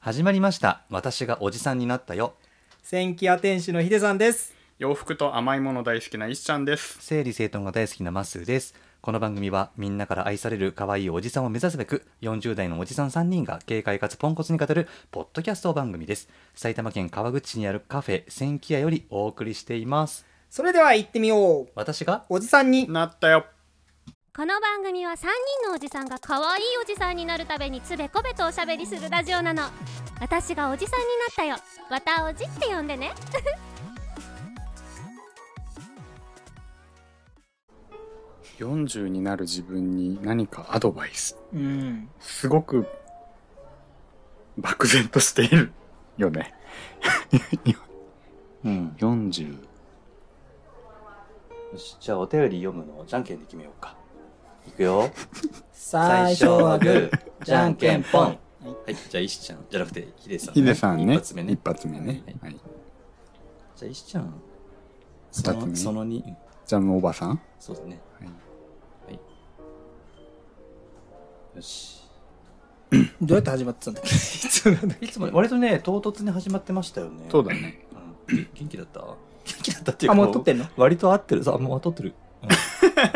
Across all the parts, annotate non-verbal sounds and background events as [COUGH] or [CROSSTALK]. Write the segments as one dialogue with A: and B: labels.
A: 始まりました私がおじさんになったよ
B: 千キア天使のヒデさんです。
C: 洋服と甘いもの大好きなイシちゃんです。
A: 整理整頓が大好きなマッスーですこの番組はみんなから愛される可愛いおじさんを目指すべく40代のおじさん3人が軽快かつポンコツに語るポッドキャスト番組です埼玉県川口市にあるカフェ千キ屋よりお送りしています
B: それでは行ってみよう。
A: 私が
B: おじさんに。
C: なったよ。
D: この番組は3人のおじさんが可愛いおじさんになるためにつべこべとおしゃべりするラジオなの私がおじさんになったよわたおじって呼んでね [LAUGHS]
C: 40になる自分に何かアドバイス。
B: うん。
C: すごく、漠然としているよね。
A: うん
C: 40。
A: よしじゃあお便り読むのをじゃんけんで決めようかいくよ
B: 最初はグー。
A: ー
B: じゃんけんぽん
A: はいじゃあ石ちゃんじゃなくてヒデさん、
C: ヒデさんね。
A: 一発目ね
C: 一発目ね。はい。
A: じゃあ石ちゃんそ
C: 二つ
A: の
C: 目
A: その2
C: ジャムおばさん。
A: そうだね
C: はい
A: よし
B: どうやって始まってたんだっけいつなんだっ
A: [LAUGHS]
B: け
A: いつもね割とね唐突に始まってましたよね
C: そう
A: [LAUGHS]
C: だね。
A: [COUGHS] うん元気だった元気だったっていう
B: あ、
A: か
B: もう撮ってんの
A: 割と合ってるさもう撮ってる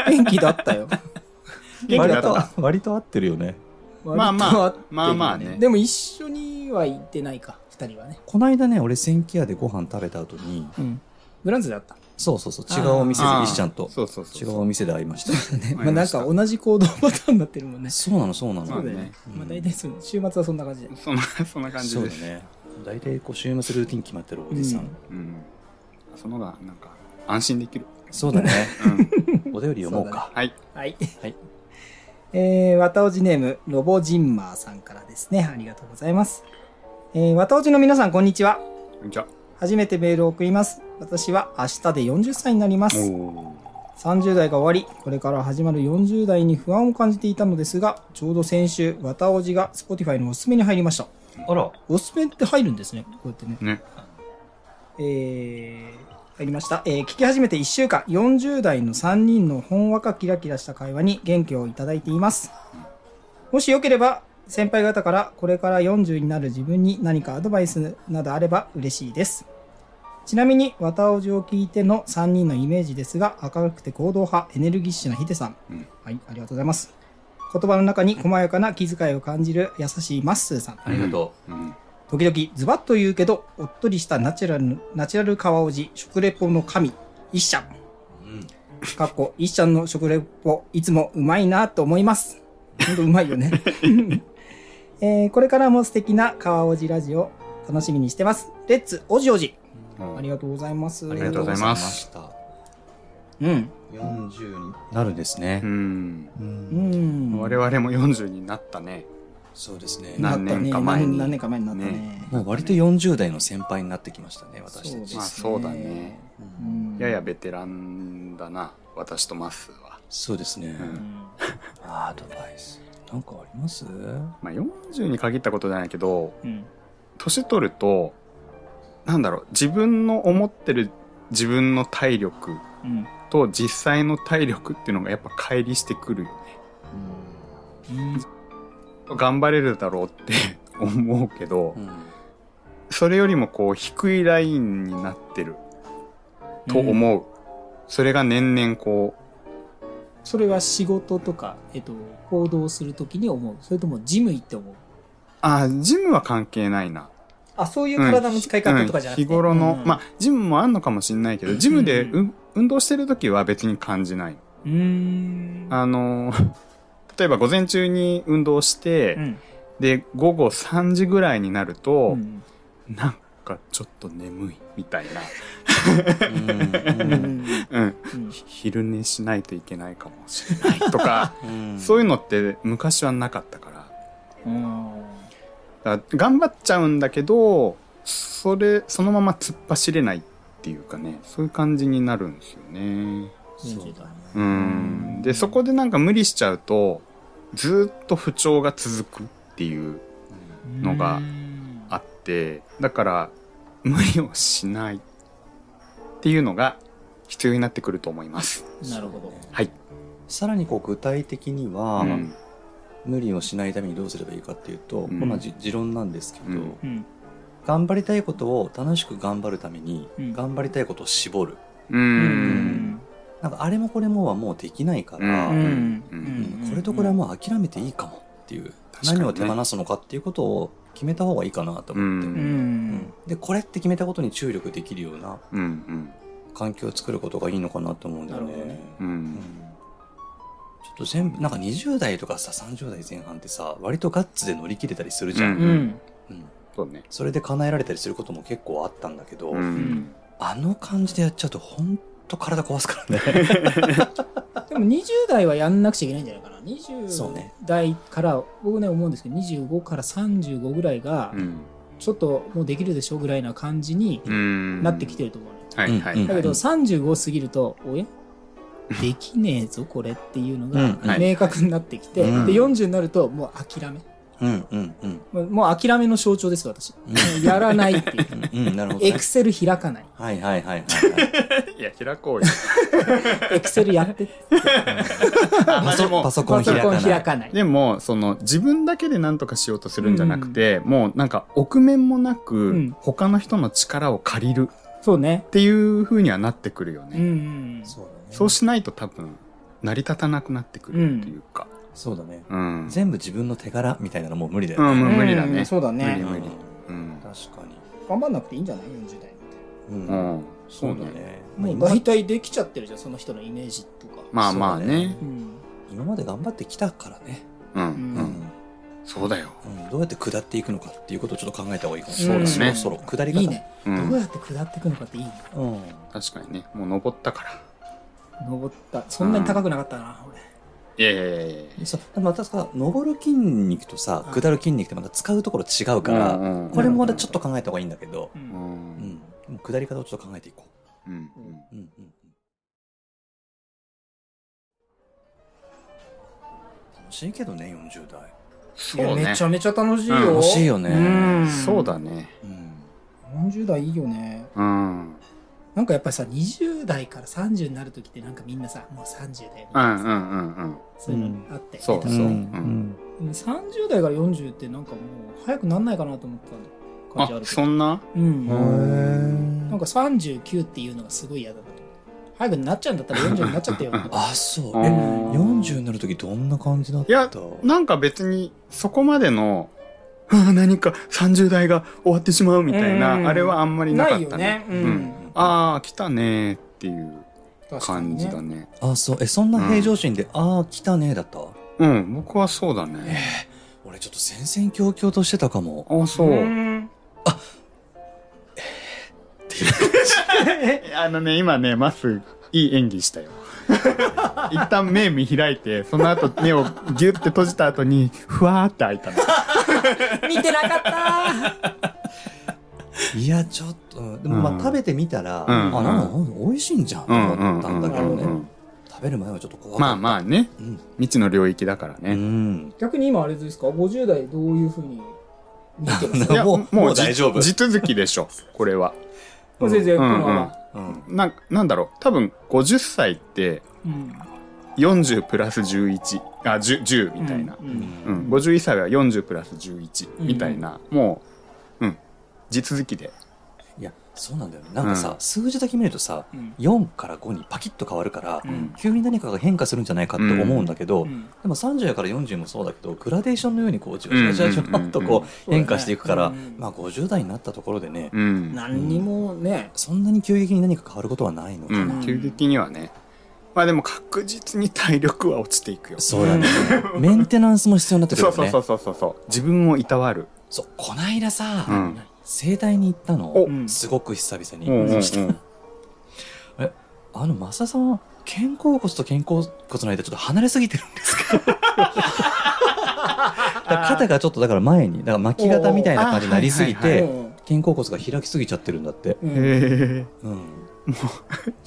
B: 元気だ [LAUGHS] ったよ。
C: 元気だ
A: 割
C: っ
A: と [LAUGHS]
C: た。
A: 割と合ってるよね
C: まあまあ
B: 割と合ってるよ
C: まあまあね
B: でも一緒には行ってないか、二人はね。
A: こないだね俺千キ屋でご飯食べた後に
B: うん。フランスであった。
A: そうそうそう違うお店で
C: あー
A: 石ちゃんと
C: そうそ
A: 違
C: うそう
A: うお店で会いました
B: ね。まあ
C: わかり
B: な
C: ま
B: ん
C: した
B: か同じ行動パターンになってるもんね。
A: [LAUGHS] そうなのそうなの
C: そ
B: そう
C: う
B: だよ
C: だ
B: ね
C: ね。
A: うん
B: まあ大体そう週末はそんな感じだよ。
C: そんな、 [LAUGHS] そんな感じ
A: そう
C: で
A: だ
C: す。
A: ね大体こう週末ルーティン決まってるおじさん、
B: うん
C: うん。その方が、なんか、安心できる。
A: そうだね
C: うん。
A: [LAUGHS] お便り読もうか
C: はい。
B: はい。
A: はい。
B: [LAUGHS] えー、わたおじネーム、ロボジンマーさんからですね。ありがとうございます。えー、わたおじの皆さん、こんにちは。
C: こんにちは。
B: 初めてメールを送ります。私は明日で40歳になります。
C: お
B: 30代が終わり、これから始まる40代に不安を感じていたのですが、ちょうど先週、わたおじが Spotify のおすすめに入りました。
A: あら
B: おすすめって入るんですね。こうやってね。
C: ー。ね。
B: えー、入りました。えー、聞き始めて1週間、40代の3人のほんわかキラキラした会話に元気をいただいています。もしよければ、先輩方からこれから40になる自分に何かアドバイスなどあれば嬉しいです。ちなみに、綿おじを聞いての3人のイメージですが、明るくて行動派、エネルギッシュなヒデさん。
C: うん
B: はい、ありがとうございます。言葉の中に細やかな気遣いを感じる優しいマッスーさん。
A: ありがと
C: うん。
B: 時々ズバッと言うけどおっとりしたナチュラルナチュラル川おじ食レポの神一社
A: う、うん
B: かっこ一社の食レポいつもうまいなと思いますほんとうまいよね、 [LAUGHS] えーこれからも素敵な川おじラジオ楽しみにしてますレッツおじおじありがとうございます
A: あり
C: が
A: が
C: と
A: と
C: う
A: う
C: ご
A: ござ
C: ざい
A: い
C: ま
A: ますした
B: うん
A: 40になるんですね
C: う、ん。
A: う
B: うんん
C: 我々も40になったね。
A: そうですね
C: な何年か前に
B: 何年か前になったね
A: もう割と40代の先輩になってきましたね
B: そう
A: 私
B: で
A: た
B: す
A: ち、
B: ね
C: まあそうだね
A: うん
C: ややベテランだな、私とマッスーは。
A: そうですね、
C: ん
A: アドバイスなんかあります
C: まあ、40に限ったことじゃないけど、
B: うん
C: 年取ると、なんだろう、自分の思ってる自分の体力
B: うん
C: と実際の体力っていうのがやっぱ乖離してくるよね。頑張れるだろうって [LAUGHS] 思うけど、それよりもこう低いラインになってると
B: うん
C: 思う。それが年々こう、
B: それは仕事とか、えっと、行動するときに思うそれともジム行って思う
C: ああ、ジムは関係ないな。
B: あそうい
C: うん
B: う体の使い方とかじゃなくて、
C: うん日頃の、まあ
B: あ
C: ジムもあんのかもしれないけどジムで、
B: うん
C: う運動してる時は別に感じない
B: うん
C: あのー [LAUGHS] 例えば午前中に運動して、
B: うん
C: で午後3時ぐらいになると、
B: うん
C: なんかちょっと眠いみたいな、
B: うん
C: うん、
B: うん
C: ひ昼寝しないといけないかもしれないとか [LAUGHS] そう
A: い
C: いうのって昔はなかったから
B: うん
C: だから頑張っちゃうんだけどそれそのまま突っ走れないっていうかねそういう感じになるんですよね。
A: そうだね
C: う
B: うん
C: んでそこでなんか無理しちゃうとずーっと不調が続くっていうのがあってだから無理をしないっていうのが必要になってくると思います。
B: なるほど
C: はい、
A: さらにこう具体的には、
C: うん
A: 無理をしないためにどうすればいいかっていうと、
C: うん
A: これまあじ持論なんですけど、
C: うん
B: うん。
A: 頑張りたいことを楽しく頑張るために、
B: うん
A: 頑張りたいことを絞る
B: う
C: う。
B: んん。
A: なんかあれもこれもはもうできないから、
C: うん
B: うん
A: うんこれとこれはもう諦めていいかもっていう、
C: 確かにね
A: 何を手放すのかっていうことを決めた方がいいかなと
C: う。
A: 思って、
B: うんん。
A: でこれって決めたことに注力できるような
C: うん。
A: 環境を作ることがいいのかなと思うんだよね
B: なるほどね
C: う
A: うん
C: ん。
A: ちょっと全部なんか20代とかさ30代前半ってさ割とガッツで乗り切れたりするじゃん、
B: うん。うん。
A: うん
C: そうね。
A: それで叶えられたりすることも結構あったんだけど、
B: うん
A: あの感じでやっちゃうとほんと体壊すからね
B: [LAUGHS] でも20代はやんなくちゃいけないんじゃないかな。
A: そう
B: 20
A: ね
B: 代から、僕ね思うんですけど、25から35ぐらいが、
C: うん。
B: ちょっともうできるでしょぐらいな感じに
C: うん。
B: なってきてると思うね。
C: はいはい。
B: だけ
A: う
B: ど
A: ん
B: 35過ぎると、おやできねえぞ、これっていうのが
A: うんはい
B: 明確になってきて、で、
A: うん
B: 40になると、もう諦め。
A: うんうんうん
B: もうもう諦めの象徴です、私。やらないっていう。
A: うんうんなるほど、
B: エ
A: ね
B: ク、セル開かない。
A: はいはいはいはい、はい
B: [LAUGHS]
C: いや、開こうよ。
B: エクセルやってって。
A: パソパソコ
B: パ
A: ン
B: ソ
A: 開
B: コン
A: かな
B: 開
A: い。
B: かない。
C: でも、その、自分だけで何とかしようとするんじゃなくて、もうなんか、臆面もなく、
B: うん
C: 他の人の力を借りる
B: そうね
C: っ。ていう風にはなってくるよ
B: う
C: ね。
B: んうん。
A: そうだね。
C: そうしないと多分、成り立たなくなってくるっていうか。
A: そうだね。
C: うん。うん、
A: 全部自分の手柄みたいなのもう無理だよ
C: うん、
A: ね。
C: 無理だ
B: うん
C: ね。
B: そうだ
C: 無
B: ね
C: 理。無
A: う
C: 理
A: ん。
C: うん。
A: 確かに。
B: 頑張んなくていいんじゃない ?40 代
A: う。
C: うんん。
A: そうだ。ね。
B: なんて。も
A: ま
B: う
A: あ
B: 大体できちゃってるじゃん、その人のイメージとか。
C: まあまあね。
B: うん。
A: 今まで頑張ってきたからね。
C: う。
B: うんん。
C: そうだよ。
A: うんどうやって下っていくのかっていうことをちょっと考えた方がいいかもし
B: そう
A: れ
B: だ
A: な
B: ね
A: い。そろそろ下り方。
B: いいね。
C: う。
B: どうんやって下っていくのかっていいね。
A: うん。
C: 確かにね。もう登ったから。
B: 登った。そんなに高くなかったな、俺。
C: いやいやいやいや。
A: そう。でもまたさ、登る筋肉とさ
B: う、ん
A: 下る筋肉ってまた使うところ違うから、
C: うんうん
A: これもまたちょっと考えた方がいいんだけど、
B: う
C: うんん
A: うん。でも下り方をちょっと考えていこ
C: うん
A: う。うんうん楽しいけどね、40代。
B: いや
C: そうね
B: めち。ゃめちゃ楽しいよ。
C: うん
A: 楽しいよね
B: うん
C: そうだね。
A: うん。
B: 40代いいよね。
C: うん。
B: なんかやっぱりさ、20代から30になる時ってなんかみんなさ、もう30だよね。
C: うんうんうんうん。
B: そういうのあって、
C: うんそう
B: で
C: そうん
B: 30代から40ってなんかもう早くなんないかなと思ってた感じあ
C: あ
B: る、けど
C: そんな
B: うん。
A: へー
B: なんか39っていうのがすごい嫌だなと思って。早くなっちゃうんだったら40になっちゃ
C: [LAUGHS]
B: ってよ。
A: あそう
C: あ
A: え
C: ー
A: 40になる時どんな感じだった
C: いやなんか別に、そこまでの、 [LAUGHS] ああ、何か30代が終わってしまうみたい
B: うん
C: な、あれはあんまりな
B: な
C: か
B: い
C: っ
B: よ
C: た
B: ね
C: ね。。
B: う
C: うんん。ああ、来たねーっていう
B: 確かに
C: 感
B: ね
C: じだね。
A: あそうえそんな平常心で、ああ来たねだった
C: うん、僕はそうだね。
A: 俺ちょっと戦々恐々としてたかも
C: ああ、そう。
B: ん
C: えあのね、今ね、マス、いい演技したよ。 [LAUGHS] 一旦目見開いて、その後目をギュッて閉じた後に、ふわーって開いたの。
B: 見てなかった
A: いやちょっとうんでもまあ、
C: うん
A: 食べてみたら、
C: うん
A: あなんか美味しいんじゃんと
C: うんう
A: 思
C: ん
A: ったんだけどね、
C: うんうん
A: 食べる前はちょっと怖かった
C: まあまあね、
A: うん
C: 未知の領域だから
A: う
C: ね。
A: ん
B: 逆に今あれですか ?50 代どういうふうに見てます
A: いやもうもう
C: じ
A: 大丈夫
C: 地続きでしょ、これは。
A: うん
B: 先生、こ
C: うん
B: のは。
A: うん
C: な、なんだろう、多分50歳って
B: うん
C: 40プラス11、あ、10、10みたいな。
B: う
A: うん
B: ん
C: うん、51歳は40プラス11みたいな、もう、うん、地続きで。
A: いやそうなんだよねなんかさ、数字だけ見るとさ
B: うん
A: 4から5にパキッと変わるから、
B: うん
A: 急に何かが変化するんじゃないかって思うんだけど、
B: うん
A: でも30から40もそうだけどグラデーションのようにこうじわじわじわじわっとこう
B: うんうんうんうん
A: 変化していくから、
B: そうだねうん
A: まあ、50代になったところでね、
C: うん。
B: 何にもね、
A: そんなに急激に何か変わることはないのか
C: う
A: な、
C: ん、急激にはね。まあでも確実に体力は落ちていくよ。
A: そうだね、メンテナンスも必要になってくるよ
C: そう
A: ね
C: そうそうそうそうそう。自分をいたわる。
A: そうこないださ、
C: うん
A: 整体に行ったの
C: お
A: すごく久々
C: うんうんう
A: に、
C: ん
A: そしたらえあの増田さんは肩甲骨と肩甲骨の間ちょっと離れすぎてるんですけどだから肩がちょっとだから前にだから巻き型みたいな感じになりすぎ
C: おーあはい
A: て、
C: は
B: うん
A: 肩甲骨が開きすぎちゃってるんだって。
B: うん
C: へえ。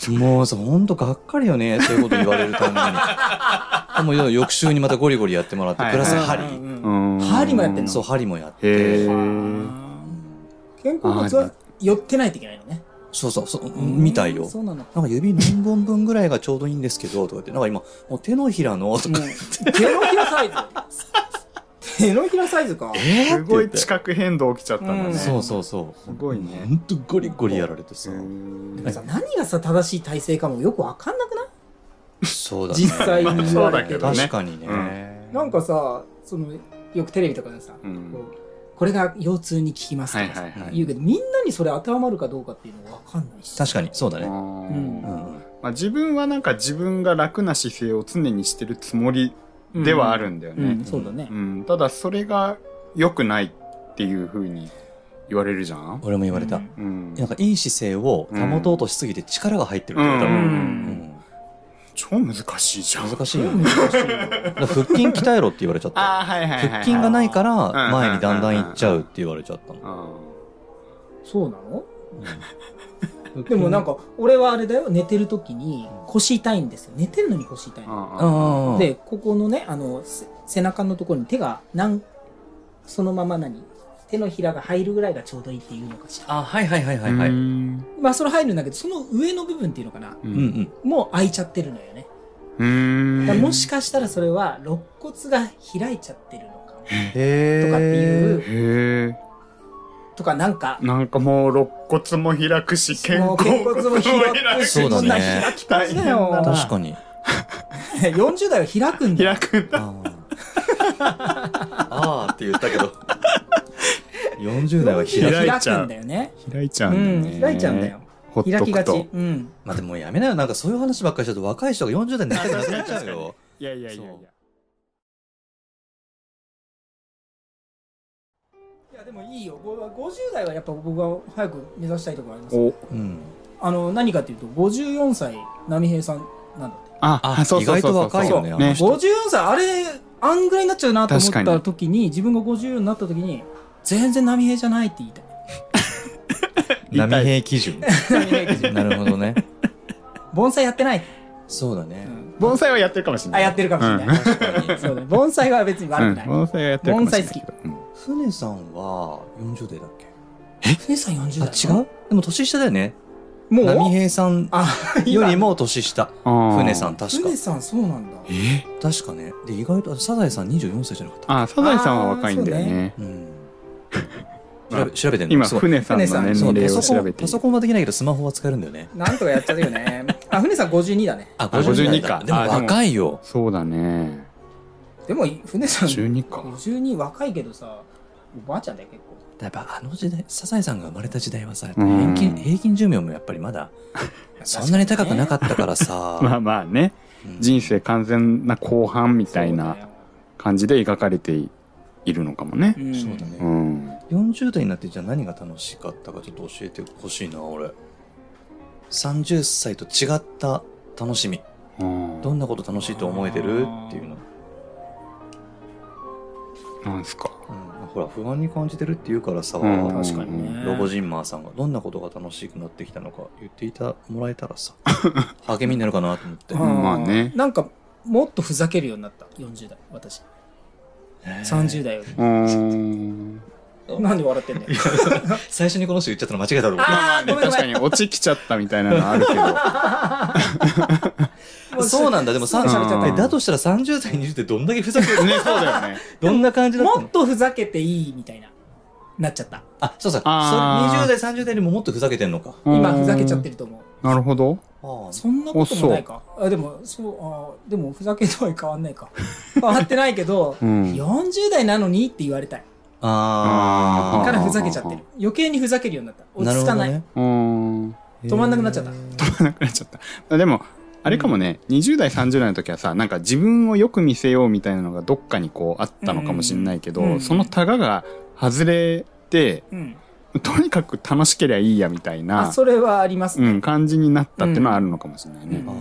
A: うん。もうさ、ほんとがっかりよね、そういうこと言われるたんびに。でも翌週に [LAUGHS] またゴリゴリやってもらって、
C: はい
A: プラス
B: う
A: 針。
B: ん
C: うん。
B: 針もやってんの
A: そう、針もやっ
C: へ
A: て。
C: え。
B: 肩甲骨は寄ってないといけないのね。
A: そうそうそう、みたいよ。
B: そうなの。
A: なんか指何本分ぐらいがちょうどいいんですけど、とか言って、なんか今、もう手のひらの、と
B: も
A: か、
B: う、手のひらサイズ。手のひらサイズか。
A: えー
C: すご
A: って
C: い
A: 言って
C: 地殻変動起きちゃったんだ
B: う
C: ね。
B: ん
A: そうそうそう。
C: すごいね
A: ほんとゴリゴリやられてさ。
C: うん
B: でもさ何がさ、正しい体勢かもよくわかんなくない
A: そうだね。
B: 実際に言われて
C: そうだけどね
A: 確かにね。
B: なんかさ、その、よくテレビとかでさ、
C: うん
B: こうこれが腰痛に効きますとかさ、
C: はいはいはい
B: 言うけど、みんなにそれ当てはまるかどうかっていうのはわかんないし。
A: 確かに、そうだ
C: あー
A: ね。
B: ん
A: うん
C: まあ、自分はなんか自分が楽な姿勢を常にしてるつもりではあるんだよ
B: うん、
C: ね。
B: そうだね
C: う。んただそれが良くないっていうふうに言われるじゃん。
A: 俺も言われた。
C: うん
A: なんかいい姿勢を保とうとしすぎて力が入ってるって言われた
C: う
A: もん
C: ん超難しいじゃん。
A: 難しいよね。
B: 難しいよ
A: だから腹筋鍛えろって言われちゃった。
C: ああ、はいはいはいはい。
A: 腹筋がないか
C: う
A: ら
C: ん
A: 前にだんだん行っちゃうって言われちゃったの。
C: う
B: そうなの
A: うん
B: [LAUGHS] でもなん、か、俺はあれだよ、寝てる時に腰痛いんですよ。寝てるのに腰痛いの。
C: ん。
A: う
C: うん
A: ん。
B: で、ここのね、あの、せ背中のところに手が、なん、そのまま何手のひらが入るぐらいがちょうどいいっていうのかしら。
A: あ、はいはいはいはいはい。
C: う
A: うん
C: ん
B: まあ、それ入るんだけど、その上の部分っていうのかな
C: う。
A: うんん。
B: もう開いちゃってるのよね。
C: う
B: だ
C: ん
B: からもしかしたらそれは、肋骨が開いちゃってるのかも
A: へえ。
B: とかっていう、
C: へえ。
B: とかなんか、 [LAUGHS]
C: なんかもう肋骨も開くし、肩
B: も
C: 甲
B: う肩骨も開くし、
C: [LAUGHS]
A: そうだね
B: んな開き方だよ。
C: 大変だ
A: 確かに。
B: 40代は開くんだよ。
C: 開くんだ。
A: あーあーって言ったけど。40代は開
C: 開
A: く。
C: い
B: 開
C: ち
B: く
C: ゃうん
B: だよね。
C: 開いちゃ
B: う
C: うんだ
B: ん、
C: ね。
B: 開いちゃうんだよ。。
C: ほっと
B: 開きが
C: く
B: ち
C: と。。
B: うん。
A: まあでもやめなよ。なんかそういう話ばっかりしてると若い人が40代になりたくなくなっちゃう
C: [LAUGHS]
A: よ。
C: いやいやいやい
A: そう
C: や。
B: いやでもいいよご50代はやっぱ僕は早く目指したいところあります
C: お
A: うん。
B: あの何かっていうと54歳波平さんなんだって
C: あ
A: あ意外と若いよねあの
C: ね
A: 人
B: 54歳あれあんぐらいになっちゃうなと思っ
C: 確か
B: た
C: に
B: 時に自分が54になった時に全然波平じゃないって言いたい
C: 痛い
A: 波平基準。
B: 波平基準
A: なるほどね。
B: 盆栽やってない、
A: そうだ
B: う
A: ね。
B: ん、
C: 盆栽はやってるかもしれな
B: あ
C: い。
B: やってるかもしれない、
A: 確かに。
B: そうだね盆栽は別に悪くない、
C: うん盆栽はやってるかもしれないけど。
A: 船さんは40代だっけ
B: 船さん40代
A: あ、違うでも年下だよね。
B: もう
A: 波平さん
B: あ
A: よりも年下。
C: うん
A: 船さん。確か
B: 船。さんそうなんだ
C: え
A: 確かね。で、意外と、あサザエさん24歳じゃなかった。
C: あ、サザエさんは若いんだよね。
A: うん。
C: [LAUGHS] ま
A: 調
C: あ
A: べ調べてんの
C: 今、
A: すごい
C: 船さんの年
A: そう
C: 齢
A: パ
C: を
A: ソコ
C: 調
A: ン
C: べて
A: パ
C: いる
A: ソ。コンはできないけどスマホは使えるんだよね。
B: なんとかやっちゃってるよねあ船さん52だね
A: あ、
C: 52
A: 52
C: か
A: か。でも
C: あでも
A: 若いよ。
C: そうだ
B: [LAUGHS]
C: ね。
B: でも船さん
C: 12か。
B: 52若いけどさおばあちゃんだよ結構
A: やっぱあの時代、サザエさんが生まれた時代はさ、やっぱ
C: うん
A: 平均平均寿命もやっぱりまだ、そんなに高くなかったから
C: [LAUGHS] まあ
A: さ、
C: まあね、
A: うん
C: 人生完全な後半みたい
B: そうだ
C: な
B: よ
C: 感じで描かれているのかもね。
B: ん
A: そうだ
C: う
A: ね。
C: ん。
A: 40代になってじゃあ何が楽しかったかちょっと教えてほしいな、俺。30歳と違った楽しみ。
C: うん
A: どんなこと楽しいと思えてるっていうの。
C: なんすか。
A: うん、ほら、不安に感じてるって言うからさ、
C: うん
B: 確かにね
A: ロボジンマーさんがどんなことが楽しくなってきたのか言っていたもらえたらさ励みになるかなと思って
B: あー
C: まあね
B: なんかもっとふざけるようになった40代私30代よ
C: うん。
B: りなんで笑ってんだよ
A: 最初にこの人言っちゃったの間違えたろ
B: ああごめん
C: 確
B: ご
C: かに落ちきちゃったみたいなのあるけ
B: [LAUGHS]
C: ど。
B: めん
A: そうなんだでも
B: さ
A: さ
B: 喋っちゃっ
C: う
A: え
C: ん
A: だとしたら30代にってどんだけ
B: [LAUGHS]
A: ふざけてる
C: ね、そうだよね。
A: どんな感じ
B: た
A: だった
B: もっ
A: の
B: とふざけていいみたいななっちゃった
A: あそうさそれ
C: あー
A: 20代30代よりももっとふざけてんのか
B: 今ふざけちゃって
C: る。
B: ると思う
C: なるほど。
A: ああ
B: そんなこともないかあでもそうあーでもふざけとは変わんないか変わってないけど
C: うん。
B: 40代なのにって言われたい
A: あ
C: ー
B: からふざけちゃってる余計にふざけるようになった
A: ーな
B: 落
A: るほ
B: ち着
A: ど
B: かない
A: ね
C: うん。
B: 止まんなくなっちゃった
A: へー
C: なくなっちゃった。でも、あれかもね、20代、30代の時はさ、なんか自分をよく見せようみたいなのがどっかにこうあったのかもしれないけど、
B: うん
C: そのタガが外れて、
B: うん
C: とにかく楽しけりゃいいやみたい
B: あ
C: な、
B: それはあります
C: う
B: ね、
C: ん、感じになったっていうのはあるのかもしれない
B: うん
C: ね。
A: あ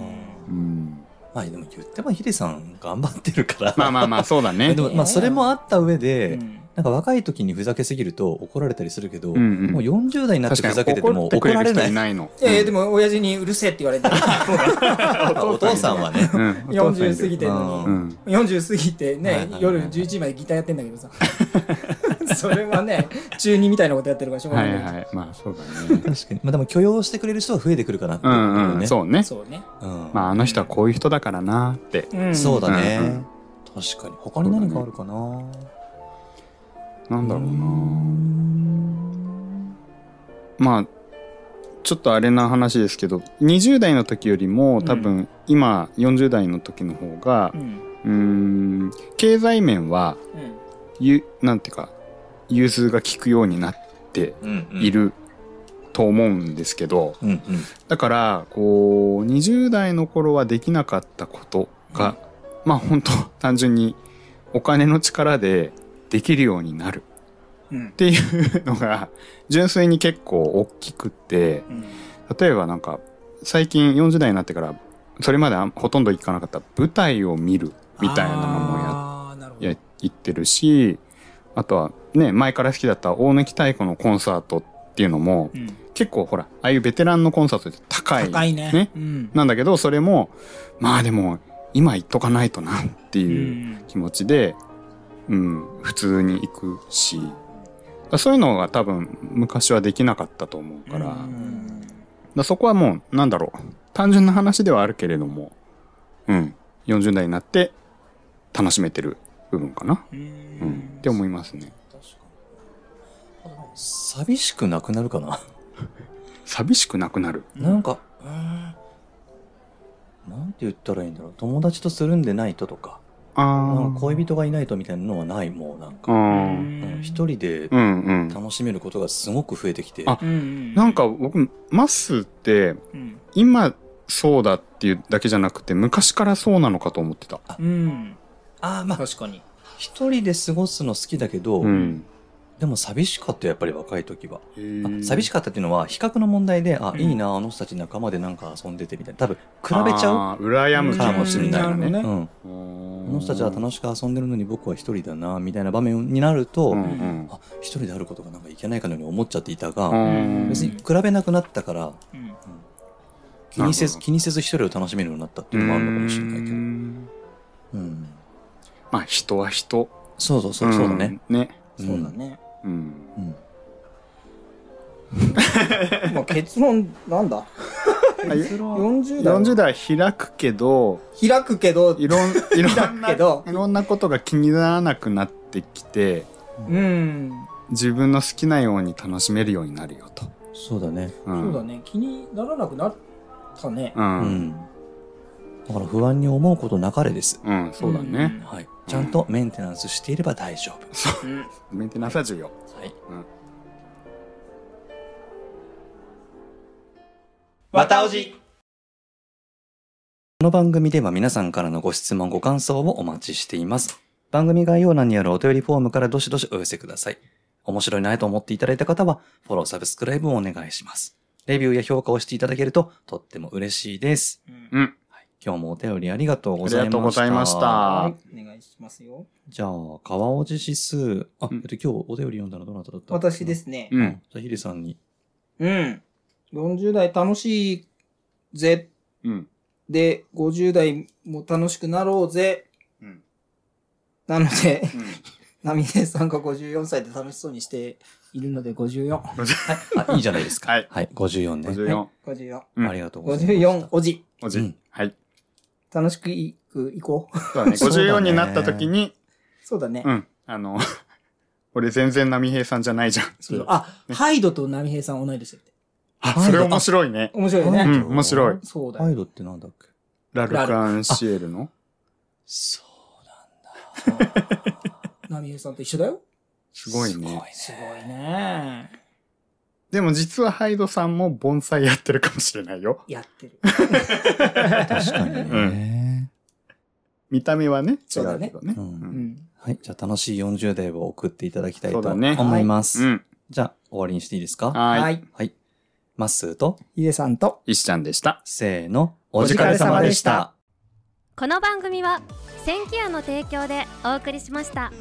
A: ー
C: うん。
A: まあでも言ってもヒデさん頑張ってるから
C: まあまあまあ、そうだね
A: で。もまあそれもあった上
B: う
A: で、
B: ん
A: なんか若い時にふざけすぎると怒られたりするけど、
C: うんうん
A: もう40代になって
C: 確か
A: ふ
C: に
A: ざけてて
C: 怒
A: も
C: って
A: 怒
C: くれ
A: ら
C: る
A: れな
C: 人い
A: い。
C: ないの。
B: いやいやでも親父にうるせえって言われて
A: お父さんはね。
B: [LAUGHS]
C: [LAUGHS] うん、うん、お父さんいる
B: 40過ぎてんの
C: う
B: に、
C: ん。
B: 40過ぎてね、
A: はいはいはい
B: 夜11時までギターやってんだけどさ [LAUGHS] それはね、中二みたいなことやってるからしょうが
C: は
B: ないい。
C: はい。まあそうだね。
A: 確かに。まあでも許容してくれる人は増えてくるかなって
C: う
A: い
C: んうん。
A: うとこ
C: そうね。
B: そうね。
A: ろね。うん
C: まああの人はこういう人だからなって。
B: うん
A: そうだね、
C: うんうん
A: 確かに。他に何かあるかな、
C: なんだろうなまあ、ちょっとあれな話ですけど、20代の時よりも多分今40代の時の方が
B: う、ん。
C: うーん、経済面は、
B: うん。
C: ゆ、なんていうか、融通が利くようになって
A: うんうん
C: い。ると思うんですけど、
A: うんうん。
C: だから、こう、20代の頃はできなかったことが、まあ本当単純にお金の力でできるようになる
B: うん
C: っ。ていうのが、純粋に結構大きくって、
B: うん
C: 例えばなんか、最近40代になってから、それまであんほとんど行かなかった舞台を見るみたいなのもやっ
B: あーなるほど
C: や行ってるし、あとはね、前から好きだった大貫太鼓のコンサートっていうのも、
B: うん
C: 結構ほら、ああいうベテランのコンサートって高い。
B: 高いね。
C: ね
B: うん。
C: なんだけど、それも、まあでも、今行っとかないとなって
B: う。
C: いうん気持ちで、うん、普通に行くし、だからそういうのが多分昔はできなかったと思うから、だ
B: う
C: か
B: ん
C: らそこはもう、なんだろう、単純な話ではあるけれども、うん、40代になって楽しめてる部分かな。
B: う
C: うんん、って思いますね。
A: 確かに。寂しくなくなるかな、
C: 寂しくなくなる。
A: なんか、うーん。なんて言ったらいいんだろう。友達とするんでないととか、な
C: あ
A: んか恋人がいないとみたいなのはない、もうなんか。
C: あー。
A: うん一人で
C: うんうん。
A: 楽しめることがすごく増えてきて。
C: あ
B: うん。
C: なんか僕、マッスーって、
B: うん、
C: 今そうだっていうだけじゃなくて、昔からそうなのかと思ってた。
B: うん。
A: あーまあ、
B: 確かに。
A: 一人で過ごすの好きだけど、
C: うん。
A: でも寂しかったよやっぱり若い時は。あ寂し
C: く
A: かったっていうのは比較の問題で、あ、
B: うん
A: いいな、あの人たち仲間でなんか遊んでてみたいな。多分、比べちゃう。
C: う羨む気持ちみたいな
B: うん
C: ね。
B: な
A: う
B: る
A: ん。
C: こ
A: この人たちは楽しく遊んでるのに僕は一人だな、みたいな場面になると、
C: うんうん
A: あ、一人であることがなんかいけないかのように思っちゃっていたが、
C: うん
A: 別に比べなくなったから、
B: うん。
A: 気にせ
C: な
A: ず、
C: るほど
A: 気にせず一人を楽しめるようになったっていうのもあるのかもしれないけ
C: う
A: ど。
C: ん
A: うん。
C: まあ人は人。
A: そうそうそう、そうだね。
C: うん。ね。
A: うん
B: そうだね。
C: うん。
A: うん。
B: まあ結論、なんだ
A: 結論
B: ?40 代。
C: 40代開くけど、
B: 開くけど、
A: [LAUGHS]
C: いろん、いろん
B: だ
C: な、
B: け
C: い
B: ど、
C: ろんなことが気にならなくなってきて、
B: うん。
C: 自分の好きなように楽しめるようになるよと。
A: そうだね。
C: うん
B: そうだね。気にならなくなったね。
C: う。
A: うんん。だから不安に思うことなかれです。
C: うん、そうだね。
A: はい。ちゃんとメンテナンスしていれば大丈夫。
B: うん。
C: メンテナンスは重要。
A: はい。
E: またおじ
A: この番組では皆さんからのご質問、ご感想をお待ちしています。番組概要欄にあるお便りフォームからどしどしお寄せください。面白いなと思っていただいた方は、フォロー、サブスクライブをお願いします。レビューや評価をしていただけるととっても嬉しいです。
C: うん。
A: はい今日もお便りありがとうございました。
C: ありがとうございました
B: はい。お願いしますよ。
A: じゃあ、川落ち指数。あ、
C: うん
A: えっと、今日お便り読んだのどなただった
B: 私で。すね。
C: う
A: うんん。。じゃあ、ヒデさんに。
B: うん。40代楽しいぜ。
C: うん。
B: で、50代も楽しくなろうぜ。
C: うん。
B: なので、ナミネさんが54歳で楽しそうにしているので54。
A: あ、いいじゃないですか。
C: はい
A: はい、54ね。
C: 54。
B: 54。
C: うん
A: ありがとうございます。
B: 54おじ。
C: おじ。
A: うん
C: はい。
B: 楽しくいく行こう。
C: そうだね。
A: そうだ
C: 54
A: ね
C: になった時に、
B: そうだね
C: う。ん。あの、 [LAUGHS] 俺全然波平さんじゃないじゃん。
B: そうだあ、ハイドとナミヘイさん同い年だって。
C: あ、それ面白いね。
B: 面白い
A: あ
B: よ
C: う
B: ね。
C: ん、面白い。
B: そうだ
A: パイ
B: よ。
A: ロってなんだっけ
C: ラルク・アンシエルの。
A: そうなんだ。
B: ナミヘイさんと一緒だよ。
C: すごいね。
B: すごいね。
C: でも実はハイドさんも盆栽やってるかもしれないよ。
B: やってる。
A: 確かにね。
C: 見た目はね、違
B: そうだ
C: う
B: ね
C: けどね。
A: う
C: うん。
B: うんん。
A: はい、じゃあ楽しい40代を送っていただきたいと
C: そうだね
A: 思います。
C: うん。
A: じゃあ、終わりにしていいですか
C: は
B: は
C: ーい。
B: い。
A: はい。まっすーと、
B: ヒデさんと、
C: 石ちゃんでした。
A: せーの、
C: お
B: 疲れ様でした。
D: この番組は「千キアの提供でお送りしました。